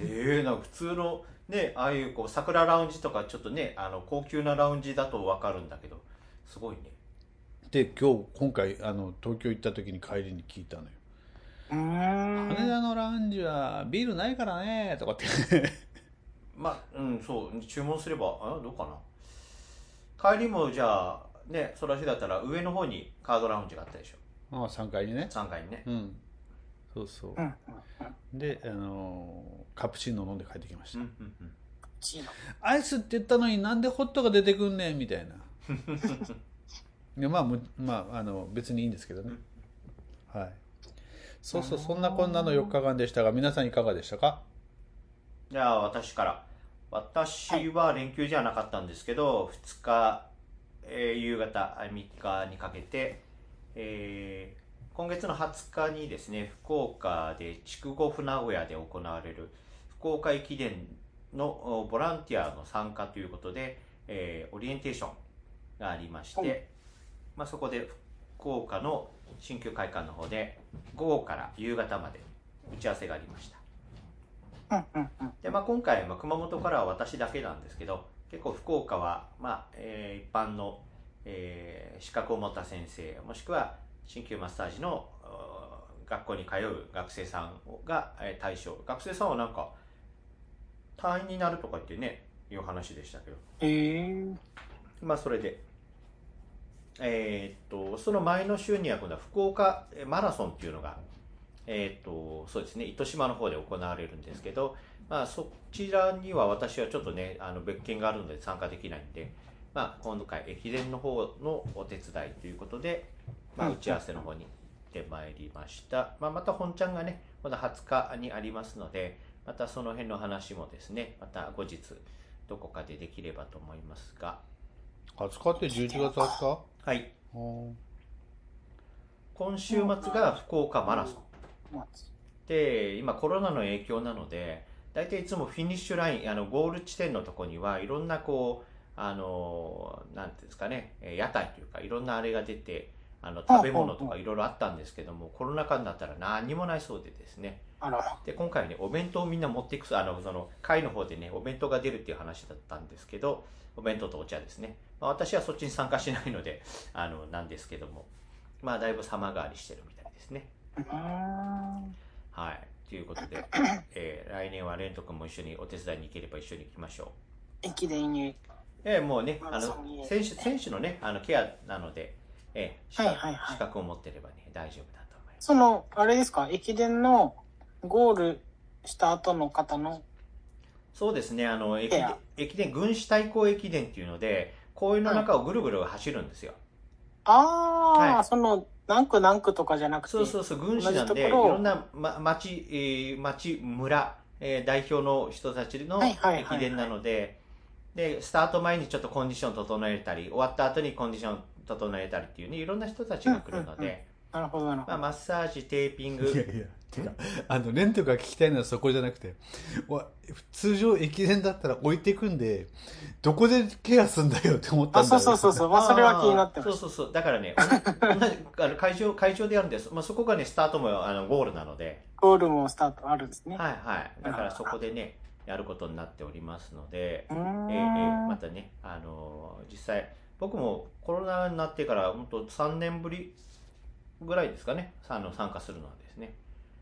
Speaker 2: ええなんか普通のねああいうこう桜ラウンジとかちょっとねあの高級なラウンジだと分かるんだけどすごいね
Speaker 1: で、今日、今回、あの、東京行った時に帰りに聞いたのよ。
Speaker 3: うーん。
Speaker 1: 羽田のラウンジはビールないからね、とかって。
Speaker 2: まあうんそう注文すればあどうかな帰りもじゃあねそらしだったら上の方にカードラウンジがあったでしょ
Speaker 1: ああ、3階にね。
Speaker 2: 3階にね
Speaker 1: うん。そうそう
Speaker 3: うん。うんうん。
Speaker 1: で、あのーカプチーノ飲んで帰ってきました
Speaker 2: うん。うんうん
Speaker 3: チーノ。
Speaker 1: アイスって言ったのになんでホットが出てくんねんみたいな いやまあむまああの別にいいんですけどねはいそうそうそんなこんなの4日間でしたが皆さんいかがでしたか
Speaker 2: じゃあ私から私は連休じゃなかったんですけど、2日、えー夕方あ3日にかけて、えー今月の20日にですね福岡で筑後船小屋で行われる福岡駅伝のおボランティアの参加ということで、えーオリエンテーションがありまして、
Speaker 3: はい
Speaker 2: まあ、そこで福岡の新旧会館の方で午後から夕方まで打ち合わせがありました。
Speaker 3: うんうんうん。
Speaker 2: で、まあ、今回、まあ、熊本からは私だけなんですけど結構福岡は、まあえー一般の、えー資格を持った先生もしくは鍼灸マッサージのうー学校に通う学生さんが、えー対象学生さんはなんか退院になるとかっていうねいう話でしたけど
Speaker 3: ええ。
Speaker 2: まあそれで、えーっとその前の週には今度は福岡えーマラソンっていうのが、えーっとそうですね糸島の方で行われるんですけど、まあ、そちらには私はちょっとねあの別件があるので参加できないんで、まあ、今度回駅伝の方のお手伝いということで、まあ、
Speaker 3: うん
Speaker 2: 打ち合わせの方に行ってまいりました、まあ、また本ちゃんがねまだ20日にありますのでまたその辺の話もですねまた後日どこかでできればと思いますが
Speaker 1: 20日って11月20日
Speaker 2: はい
Speaker 1: おー
Speaker 2: 今週末が福岡マラソン
Speaker 3: まあ
Speaker 2: で今コロナの影響なので大体いつもフィニッシュラインあのゴール地点のとこにはいろんなこうあのなんていうんですかねえー屋台というかいろんなあれが出てあの食べ物と
Speaker 3: うんうん
Speaker 2: かいろいろあったんですけどもコロナ禍になったら何もないそうでですね
Speaker 3: あら。
Speaker 2: で今回はねお弁当をみんな持っていくそうあのその会の方でねお弁当が出るっていう話だったんですけどお弁当とお茶ですね、まあ、私はそっちに参加しないのであのなんですけどもまあだいぶ様変わりしてるみたいですね
Speaker 3: うーん。
Speaker 2: はい。ということで、えー来年はレント君も一緒にお手伝いに行ければ一緒に行きましょう。
Speaker 3: 駅伝に。
Speaker 2: えーもうね、
Speaker 3: まあ
Speaker 2: あ
Speaker 3: そうい
Speaker 2: の
Speaker 3: う
Speaker 2: 選手選手のね、あのケアなので、えー資格
Speaker 3: はいはいはい
Speaker 2: 資格を持ってればね、大丈夫だと思います。
Speaker 3: その、あれですか、駅伝のゴールした後の方の、
Speaker 2: そうですね、あの駅
Speaker 3: ケ
Speaker 2: 伝
Speaker 3: ア
Speaker 2: 駅伝、軍師対抗駅伝っていうので、公園の中をぐるぐる走るんですよ。
Speaker 3: ああ、
Speaker 2: はい
Speaker 3: その、何区何区とかじゃなくて、
Speaker 2: そうそうそう、軍師なん
Speaker 3: 同じ
Speaker 2: で、い
Speaker 3: ところを
Speaker 2: ろんな、ま、町、えー町、村、えー代表の人たちの
Speaker 3: はいはいはいはい
Speaker 2: 駅伝なので、で、スタート前にちょっとコンディション整えたり、終わった後にコンディション整えたりっていうね、いろんな人たちが来るの
Speaker 3: うんうんうん
Speaker 2: で、
Speaker 3: なるほどなるほ
Speaker 2: まあ、
Speaker 3: ど。
Speaker 2: マッサージ、テーピング、
Speaker 1: いやいやてかあのレントが聞きたいのはそこじゃなくてわ通常駅伝だったら置いていくんでどこでケアすんだよって思った
Speaker 3: あ、
Speaker 1: んだ
Speaker 3: そ
Speaker 1: よ
Speaker 3: うそうそうそう、まあ、それは気になってま
Speaker 2: あー
Speaker 3: す。
Speaker 2: そうそうそう。だからね、同じあの会場、会場でやるんです。まあ、そこがね、スタートも、あの、ゴールなので、
Speaker 3: ゴールもスタートあるんですね。
Speaker 2: はいはい。だからそこでね、やることになっておりますので、
Speaker 3: うーん。
Speaker 2: えーえーまたね、あのー実際、僕もコロナになってから、本当3年ぶりぐらいですかね、あの参加するのはですね、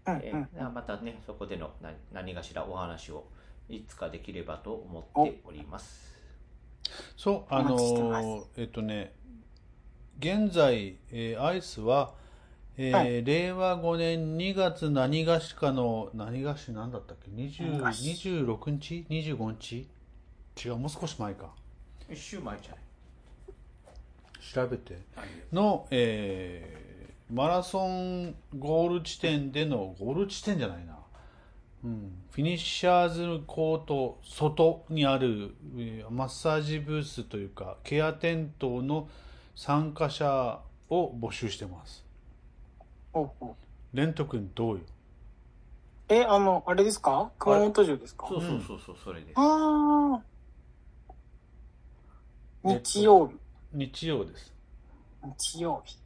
Speaker 3: うん
Speaker 2: え
Speaker 3: うん
Speaker 2: ーまたね、そこでの何何かしらお話をいつかできればと思っております。
Speaker 1: そう、あ
Speaker 3: お待ちしてます
Speaker 1: の、えっとね、現在、えーアイスは、えー
Speaker 3: はい
Speaker 1: 令和5年2月何がしかの、何がしなんだったっけ、20
Speaker 3: 何がし
Speaker 1: 26日 ?25 日違う、もう少し前か。
Speaker 2: 一週前じゃない
Speaker 1: 調べて。の、えマラソンゴール地点での、ゴール地点じゃないな。うん、フィニッシャーズコート外にある、えーマッサージブースというか、ケアテントの参加者を募集してます。
Speaker 3: ほうほう
Speaker 1: レント君どうよ
Speaker 3: え、あの、あれですか熊本城ですか
Speaker 2: そうそうそうそう、それです。
Speaker 3: ああ。日曜日。
Speaker 1: 日曜です。
Speaker 3: 日曜日。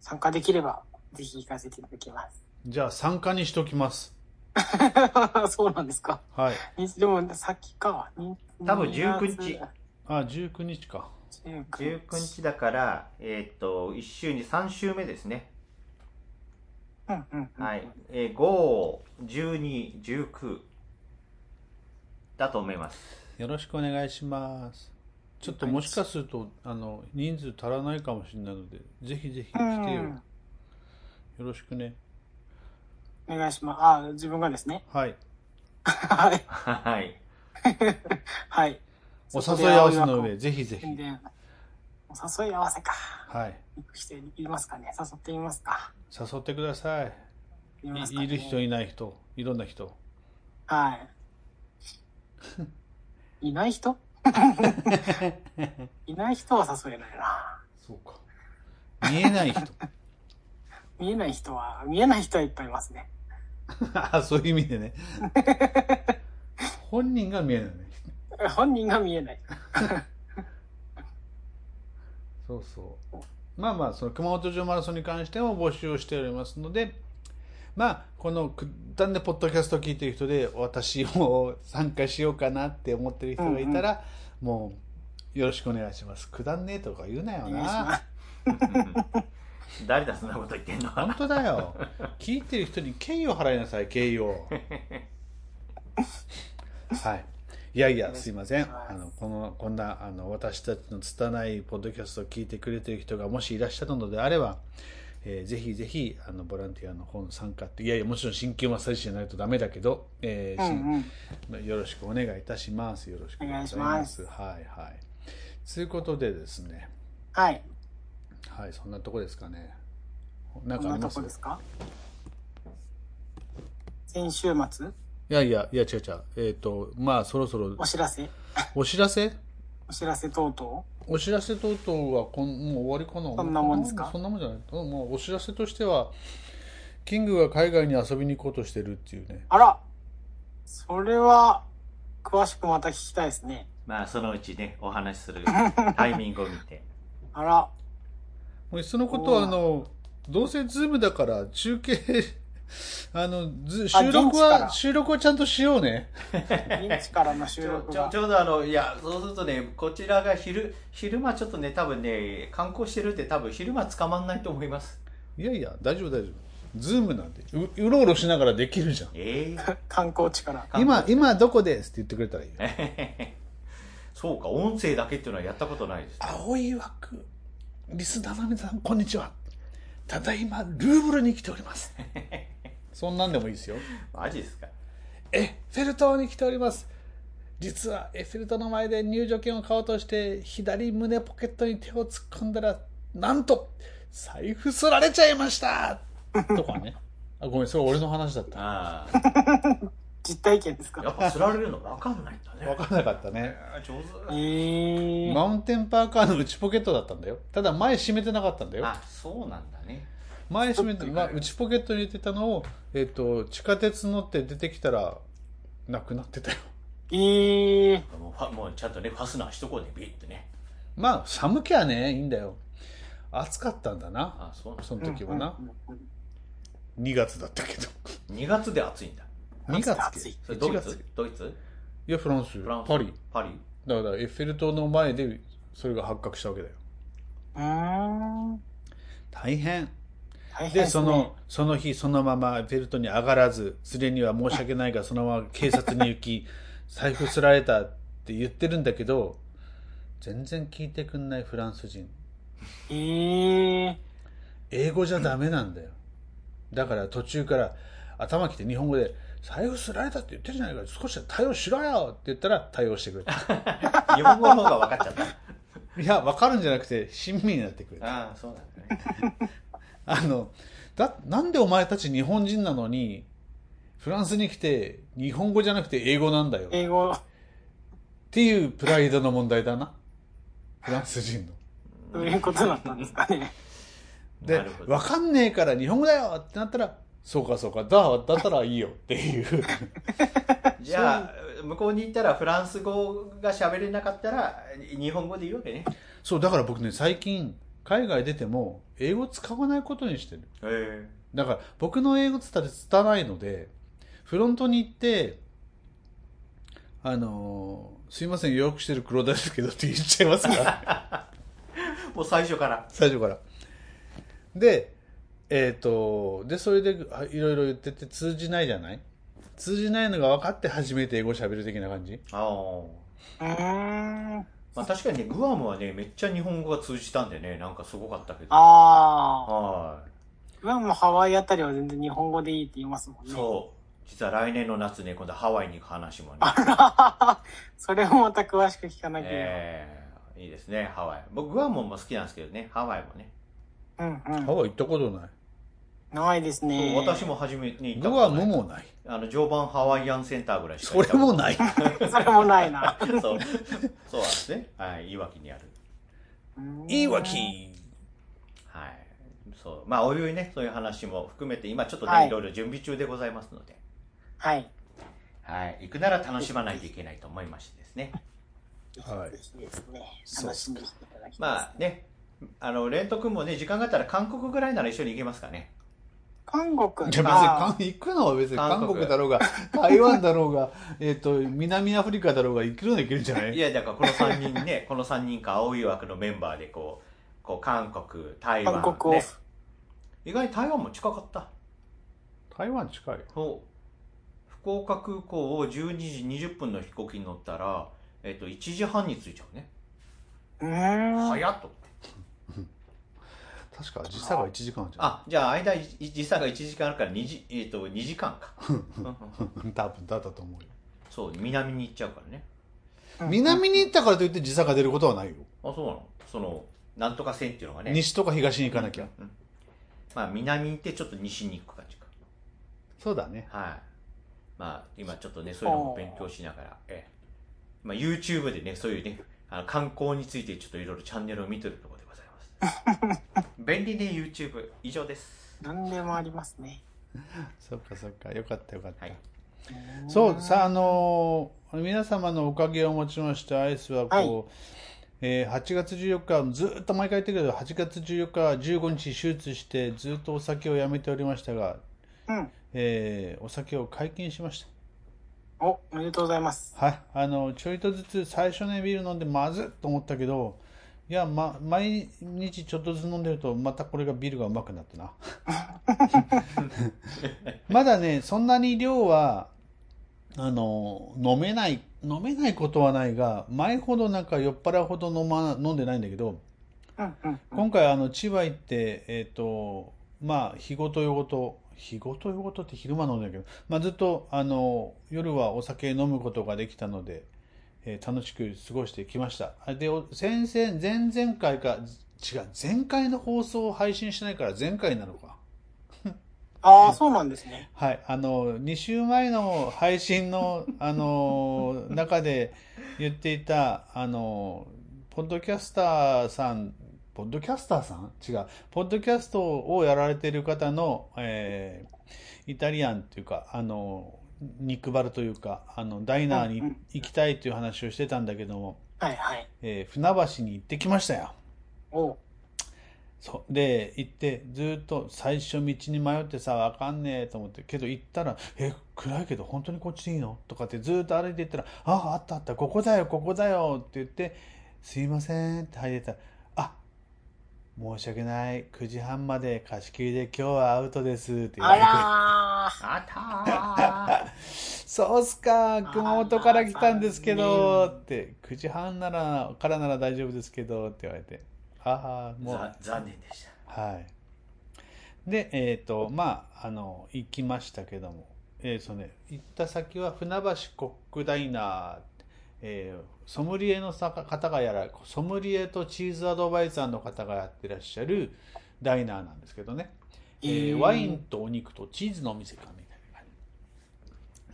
Speaker 3: 参加できれば、ぜひ行かせていただき
Speaker 1: じゃあ参加にしときます。
Speaker 3: ます。 そうなんですか。
Speaker 1: はい。
Speaker 3: にでも、先か。に
Speaker 2: 多分19日。
Speaker 1: あ、19日か。
Speaker 3: 19
Speaker 2: 19日だから、えーっと、1週に3週目ですね。
Speaker 3: うんうんうん。
Speaker 2: はい。えー、5、12、19だと思います。
Speaker 1: よろしくお願いします。ちょっともしかすると、あの、人数足らないかもしれないので、ぜひぜひ来てよ。
Speaker 3: うん
Speaker 1: よろしくね。
Speaker 3: お願いします。あ、自分がですね。
Speaker 1: はい。
Speaker 3: はい。
Speaker 2: はい。
Speaker 3: はい。
Speaker 1: お誘い合わせ
Speaker 3: そ
Speaker 1: の
Speaker 3: こで
Speaker 1: 上、ぜひぜひ。
Speaker 3: 宣伝お誘い合わせか。
Speaker 1: はい。
Speaker 3: 行く人いますかね誘ってみますか
Speaker 1: 誘ってください。
Speaker 3: いますか
Speaker 1: い
Speaker 3: ね
Speaker 1: いる人、いない人、いろんな人。
Speaker 3: はい。いない人いない人は誘えないな。
Speaker 1: そうか。見えない 人。
Speaker 3: 見えない人は、見えない人はいっぱいいますね。
Speaker 1: あ、そういう意味でね。本人が見えないね。
Speaker 3: 本人が見えない。
Speaker 1: そうそう。まあまあ、その熊本城マラソンに関しても募集をしておりますので、まあ、このくだんでポッドキャストを聞いてる人で、私も参加しようかなって思ってる人がいたら、もう、よろしくお願いします。くだんねえとか言うなよ
Speaker 3: お願いしま
Speaker 1: な
Speaker 3: す。
Speaker 2: うん誰だ、そんなこと言ってんの
Speaker 1: 本当だよ。聞いてる人に敬意を払いなさい、敬意 を。はい。いやいや、すいません。あの、この、こんな、あの、私たちの拙いポッドキャストを聞いてくれてる人がもしいらっしゃるのであれば、えーぜひぜひ、あの、ボランティアの方の参加って、いやいや、もちろん鍼灸マッサージじゃないとダメだけど、えー
Speaker 3: う
Speaker 1: し
Speaker 3: んうん。
Speaker 1: よろしくお願いいたします。よろしくお願いします。はいはい。ということでですね、
Speaker 3: はい。
Speaker 1: はい、そんなとこですかね。なん
Speaker 3: こん
Speaker 1: かあ
Speaker 3: な
Speaker 1: り
Speaker 3: と
Speaker 1: ま
Speaker 3: こですすか先週末
Speaker 1: いやいや、いや違う違う。えっ、と、まあそろそろ
Speaker 3: お知らせ
Speaker 1: お知らせ
Speaker 3: お知らせ等々
Speaker 1: お知らせ等々はこんもう終わりかな
Speaker 3: そんなもんですか
Speaker 1: そんなもんじゃないうんもうお知らせとしてはキングが海外に遊びに行こうとしてるっていうね
Speaker 3: あらそれは、詳しくまた聞きたいですね。
Speaker 2: まあ、そのうちね、お話しするタイミングを見て。
Speaker 3: あら、
Speaker 1: もういっそのことは
Speaker 3: おー
Speaker 1: あのどうせズームだから中継 あのず
Speaker 3: あ
Speaker 1: 収録
Speaker 3: 現地から
Speaker 1: は収録はちゃんとしようね
Speaker 3: 現地からの 収
Speaker 2: ちょ
Speaker 3: 録
Speaker 2: ちょ
Speaker 3: が
Speaker 2: ち。ょうどあの、いや、そうするとね、こちらが昼、昼間ちょっとね、多分ね、観光してるって多分昼間捕まんないと思います。
Speaker 1: いやいや大丈夫大丈夫ズームなんてううろうろしながらできるじゃん
Speaker 2: え
Speaker 3: 観光地から。
Speaker 1: 今今どこですって言ってくれたらいいよ
Speaker 2: えそうか、音声だけっていうのはやったことないです。
Speaker 1: 青い枠リスナーの皆さんこんにちはただいまルーブルに来ております そんなんでもいいですよ
Speaker 2: マジですか
Speaker 1: エッフェル塔に来ております実はエッフェル塔の前で入場券を買おうとして左胸ポケットに手を突っ込んだらなんと財布すられちゃいましたとかねあごめんそれ俺の話だった
Speaker 2: ああ。
Speaker 3: 実体験ですか
Speaker 2: やっぱ釣られるの分かんないんだね。
Speaker 1: 分かんなかったね
Speaker 2: あー上
Speaker 3: え
Speaker 2: 手。
Speaker 3: ー、
Speaker 1: マウンテンパーカーの内ポケットだったんだよただ前閉めてなかったんだよ
Speaker 2: あ、そうなんだね。
Speaker 1: 前閉めて、まあ、内ポケットに入れてたのを、えっと地下鉄乗って出てきたらなくなってたよ
Speaker 3: えー、
Speaker 2: もうファもうちゃんとね、ファスナーしとこうね、ビッてね。
Speaker 1: まあ寒きゃねいいんだよ暑かったんだな
Speaker 2: あーそうなんだ。
Speaker 1: その時はな
Speaker 3: うんうんうんうん
Speaker 1: 2月だったけど
Speaker 2: 2月で暑いんだ。
Speaker 1: 2月
Speaker 3: 暑い
Speaker 2: それ
Speaker 1: 1
Speaker 2: ドイ
Speaker 1: 月
Speaker 2: ツドイツ
Speaker 1: いやフランス
Speaker 2: フランス
Speaker 1: パリ。
Speaker 2: パリ
Speaker 1: だからエッフェル塔の前でそれが発覚したわけだよ
Speaker 3: うーん。
Speaker 1: 大変
Speaker 3: 大変
Speaker 1: で、
Speaker 3: すね
Speaker 1: その、その日、そのままベルトに上がらず、連れには申し訳ないが、そのまま警察に行き、 財布すられたって言ってるんだけど、全然聞いてくんないフランス人。
Speaker 3: えー、
Speaker 1: 英語じゃダメなんだよ。だから途中から頭きて日本語で、財布すられたって言ってるじゃないか、少しは対応しろよって言ったら対応してくれ た。
Speaker 2: 日本語の方が分かっちゃった。
Speaker 1: いや、わかるんじゃなくて、親身になってくれた。
Speaker 2: ああ、そうなんだ。
Speaker 1: あの、だ、なんでお前たち日本人なのに、フランスに来て日本語じゃなくて英語なんだよ。っ
Speaker 3: 英語、
Speaker 1: ていうプライドの問題だな。フランス人の。
Speaker 3: どういうことだったんですかね。
Speaker 1: で
Speaker 2: なるほ、ど
Speaker 1: わかんねえから日本語だよってなったら、そうかそうか、だ、だったらいいよっていう。
Speaker 2: じゃあ向こうに行ったらフランス語が喋れなかったら日本語で言うわけね
Speaker 1: そう、だから僕ね、最近、海外出ても、英語使わないことにしてる。
Speaker 2: え
Speaker 1: だから、僕の英語つったら伝わないので、フロントに行って、あのーすいません、予約してる黒田ですけどって言っちゃいますから、
Speaker 2: えもう最初から
Speaker 1: 最初から。で、えっ、と、で、それで、あいろいろ言ってて通じないじゃない通じないのが分かって初めて英語喋る的な感じ
Speaker 2: ああ
Speaker 3: うーん。
Speaker 2: まあ確かにねグアムはねめっちゃ日本語が通じたんでねなんかすごかったけど
Speaker 3: ああ。
Speaker 2: は
Speaker 3: グアムもハワイあたりは全然日本語でいいって言いますもん
Speaker 2: い
Speaker 3: ね。
Speaker 2: そう実は来年の夏ね今度ハワイに行く話もね
Speaker 3: それをまた詳しく聞かなきゃ、
Speaker 2: ええいいですねハワイ僕グアムも好きなんですけどねハワイもね、
Speaker 3: うんう
Speaker 1: ハ
Speaker 3: ん。
Speaker 1: ワイ行ったことない。
Speaker 3: ないですね。
Speaker 2: 私も初めに行った
Speaker 1: 僕
Speaker 2: こと
Speaker 1: は
Speaker 2: ない
Speaker 1: ももない。
Speaker 2: あの常磐ハワイアンセンターぐらいしか行
Speaker 1: そ
Speaker 2: っ
Speaker 1: れ
Speaker 2: たこと
Speaker 1: もない。
Speaker 3: それもないな。
Speaker 2: そうそうなんですねはいいわきにある
Speaker 1: いいわ
Speaker 3: うーん。
Speaker 1: き
Speaker 2: はいそうまあおいおいねそういう話も含めて今ちょっとね、
Speaker 3: はい
Speaker 2: い、ろいろ準備中でございますので
Speaker 3: はい。
Speaker 2: はい行くなら楽しまないといけないと思いましてですね
Speaker 1: はい
Speaker 3: ぜひですね。
Speaker 1: そう
Speaker 3: 楽しんでいただきたいです
Speaker 2: まあねあのレント君もね時間があったら韓国ぐらいなら一緒に行けますかね
Speaker 3: 韓国
Speaker 1: じゃあ
Speaker 3: あ
Speaker 1: 別に韓行くのは別に
Speaker 2: 韓
Speaker 1: 韓
Speaker 2: 国
Speaker 1: 国だ ろうが、台湾だろうが、えっと、南アフリカだろうが、行けるのはいけるんじゃない
Speaker 2: いや、だからこの3人ね、この3人か、青い枠のメンバーでこう、こう、韓国、台湾、
Speaker 3: 韓国オ
Speaker 2: ね
Speaker 3: フ。
Speaker 2: 意外に台湾も近かった。
Speaker 1: 台湾近いよ。
Speaker 2: そう。福岡空港を12時20分の飛行機に乗ったら、えっと、1時半に着いちゃうね。
Speaker 3: うーん。
Speaker 2: 早っと思って。
Speaker 1: 確か、時差が1時間じゃん。
Speaker 2: あ、じゃあ間、い時差が1時間あるから2時、えっと、2時間か。 うんう ん
Speaker 1: 多分だったと思うよ。
Speaker 2: そう、南に行っちゃうからね。
Speaker 1: 南に行ったからといって時差が出ることはないよ。
Speaker 2: あ、そうなのその、なんとか線っていうのがね。
Speaker 1: 西とか東に行かなきゃ。
Speaker 2: うん。まあ、南に行ってちょっと西に行く感じか。
Speaker 1: そうだね。
Speaker 2: はい。まあ、今ちょっとね、そういうのも勉強しながら、ええ。まあ、YouTube でね、そういうね、あの観光についてちょっといろいろチャンネルを見てるところでございます。便利ね、YouTube。以上です。
Speaker 3: 何でもありますね。
Speaker 1: そっかそっか。よかったよかった
Speaker 2: はい。
Speaker 1: そう、さあ、あのー皆様のおかげをもちまして、アイスはこう、えー8月14日、ずーっと毎回言ってるけど、8月14日、15日手術して、ずーっとお酒をやめておりましたが、
Speaker 3: うん。
Speaker 1: えーお酒を解禁しました。
Speaker 3: お、おめでとうございます。
Speaker 1: はい、あのちょいとずつ最初ねビール飲んでまずっと思ったけどいや、ま、毎日ちょっとずつ飲んでるとまたこれがビールがうまくなってなまだねそんなに量はあの飲めない飲めないことはないが前ほどなんか酔っ払うほど飲,、ま、飲んでないんだけど
Speaker 3: うんうん。
Speaker 1: 今回あの千葉行ってえっ、とまあ日ごと夜ごと日ごと夜ごとって昼間飲んだけど、まあ、ずっとあの夜はお酒飲むことができたので、えー楽しく過ごしてきましたあでお先々前々回か違う前回の放送を配信してないから前回なのか
Speaker 3: ああ、そうなんですね。
Speaker 1: はいあの2週前の配信の あの中で言っていたあのポッドキャスターさんポッドキャスターさん違う。ポッドキャストをやられている方の、えーイタリアンっていうか、あの、肉バルというか、あの、ダイナー
Speaker 3: うんう
Speaker 1: に
Speaker 3: ん
Speaker 1: 行きたいという話をしてたんだけども、
Speaker 3: はいはい。
Speaker 1: えー船橋に行ってきましたよ。
Speaker 3: お
Speaker 1: そう。で、行って、ずっと最初道に迷ってさ、わかんねえと思って、けど行ったら、え、暗いけど本当にこっちでいいのとかってずっと歩いて行ったら、あ、あったあった、ここだよ、ここだよって言って、すいませんって入れたら、あ、申し訳ない、9時半まで貸し切りで今日はアウトですって言わ
Speaker 3: あ
Speaker 1: れて、
Speaker 3: ら
Speaker 2: あ た
Speaker 1: そうっすか、熊本から来たんですけ
Speaker 3: あー
Speaker 1: どって、9時半なら、からなら大丈夫ですけどって言われて、ああ、
Speaker 2: ー
Speaker 1: もう。
Speaker 2: ざ残念でした。
Speaker 1: はい。で、えっ、と、まあ、あの、行きましたけども、えーそうね、行った先は船橋コックダイナー、えーソムリエのさ方がやら、ソムリエとチーズアドバイザーの方がやってらっしゃる、ダイナーなんですけどね、えー
Speaker 3: えー
Speaker 1: ワインとお肉とチーズのお店かみたいな感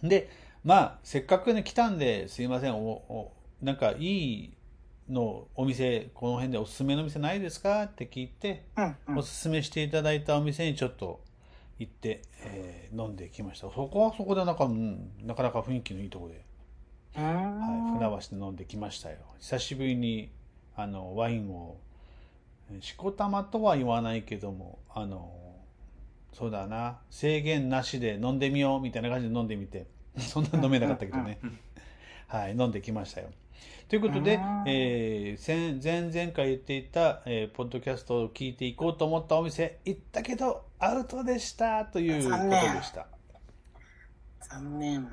Speaker 1: じでまあせっかくね来たんですいませんおおなんかいいのお店この辺でおすすめの店ないですかって聞いて
Speaker 3: うんうん
Speaker 1: おすすめしていただいたお店にちょっと行って、えー飲んできましたそこはそこでなんか、うんなかなか雰囲気のいいところで、
Speaker 3: うーん
Speaker 1: はい、船橋で飲んできましたよ久しぶりにあのワインをえーしこたまとは言わないけどもあのそうだな制限なしで飲んでみようみたいな感じで飲んでみて そんな飲めなかったけど ねはい飲んできましたよということで
Speaker 3: うん、
Speaker 1: えー先前々回言っていた、えーポッドキャストを聞いていこうと思ったお店行ったけどアウトでしたということ
Speaker 3: 残念
Speaker 1: でした
Speaker 3: 残念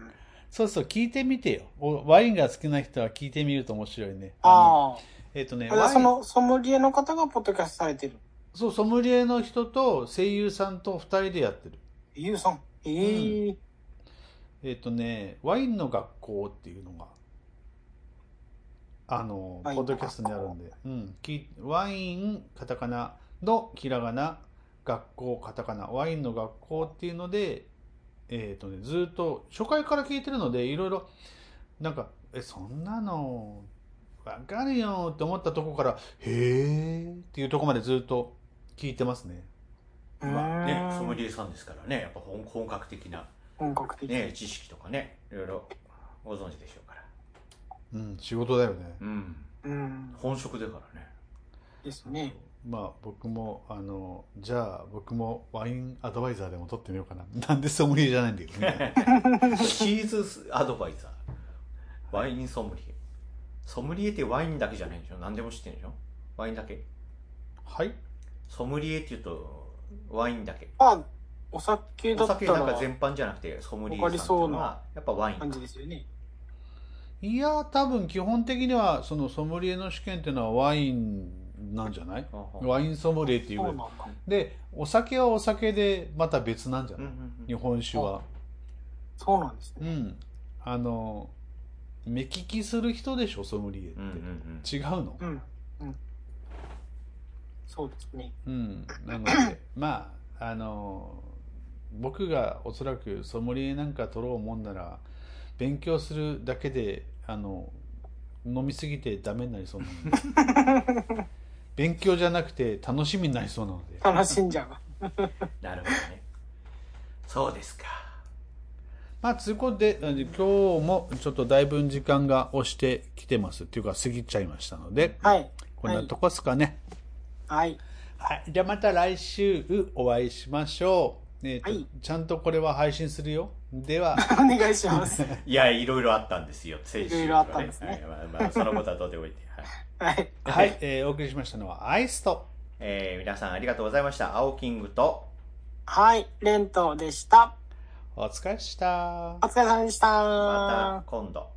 Speaker 1: そうそう聞いてみてよおワインが好きな人は聞いてみると面白いねの
Speaker 3: あ
Speaker 1: えっ、とね
Speaker 3: ああれ
Speaker 1: ワイン
Speaker 3: はそのソムリエの方がポッドキャストされてる
Speaker 1: そうソムリエの人と声優さんと2人でやってる
Speaker 3: ゆうさんええ
Speaker 1: えっ、とねワインの学校っていうのがあのポ
Speaker 3: ワイ
Speaker 1: ッ
Speaker 3: ンの
Speaker 1: ドキャストにあるんで、うん、きワインカタカナのひらがな学校カタカナワインの学校っていうのでえっ、とねずっと初回から聞いてるのでいろいろなんかえそんなのわかるよって思ったとこからへえっていうとこまでずっと聞いてますね
Speaker 3: うーん
Speaker 2: まあね、ソムリエさんですからね、やっぱ本本格的な、
Speaker 3: 本格的、
Speaker 2: ね、知識とかね、いろいろご存知でしょうから。
Speaker 1: うん仕事だよね、
Speaker 2: うん。
Speaker 3: うん
Speaker 2: 本職だからね。
Speaker 3: ですね
Speaker 1: まあ僕もあのじゃあ僕もワインアドバイザーでも取ってみようかな なんでソムリエじゃないんだけどね
Speaker 2: チーズアドバイザー。ワインソムリエ。ソムリエってワインだけじゃないでしょ何でも知ってるでしょワインだけ
Speaker 1: はい
Speaker 2: ソムリエって言うと、ワインだけ。
Speaker 3: まあお酒だ
Speaker 2: お
Speaker 3: った
Speaker 2: 酒なん
Speaker 3: ら
Speaker 2: か全般じゃなくて、ソムリエさんっていうのは、やっぱワイン
Speaker 3: 感。じですよね
Speaker 1: いや多分基本的にはそのソムリエの試験っていうのはワインなんじゃない
Speaker 2: ほうほう
Speaker 1: ワインソムリエっていう
Speaker 3: そう
Speaker 1: ぐ
Speaker 3: な
Speaker 1: ら
Speaker 3: ん
Speaker 1: い
Speaker 3: だ
Speaker 1: でお酒はお酒でまた別なんじゃ
Speaker 2: うん
Speaker 1: な
Speaker 2: う
Speaker 1: い、
Speaker 2: んう
Speaker 1: 日
Speaker 2: ん
Speaker 1: 本酒は
Speaker 3: そうなんです
Speaker 1: う
Speaker 3: ね
Speaker 1: んあの目利きする人でしょソムリエって、
Speaker 2: うんうん
Speaker 1: 違うの
Speaker 3: うんうんそうですね
Speaker 1: うん、なので まああの僕がおそらくソムリエなんか取ろうもんなら勉強するだけであの飲みすぎてダメになりそうなの で勉強じゃなくて楽しみになりそうなので
Speaker 3: 楽しんじゃう
Speaker 2: なるほどね。そうですか。
Speaker 1: まあつうことであの今日もちょっとだいぶん時間が押してきてますっていうか過ぎちゃいましたので
Speaker 3: はい
Speaker 1: こんなとこですかね、
Speaker 3: はい
Speaker 1: はい、じゃあまた来週お会いしましょう、えーと
Speaker 3: はい
Speaker 1: ちゃんとこれは配信するよでは
Speaker 3: お願いします
Speaker 2: いや、いろいろあったんですよ。先
Speaker 3: いろいろあったんですね
Speaker 2: はいまあまあ、そのことはどうでもいいんで。はい
Speaker 3: はい
Speaker 1: はい、えーお送りしましたのはアイスと
Speaker 2: えー皆さんありがとうございました。青キングと、
Speaker 3: はいレントでした
Speaker 1: お疲れっした
Speaker 3: お疲れ様でした
Speaker 2: また今度。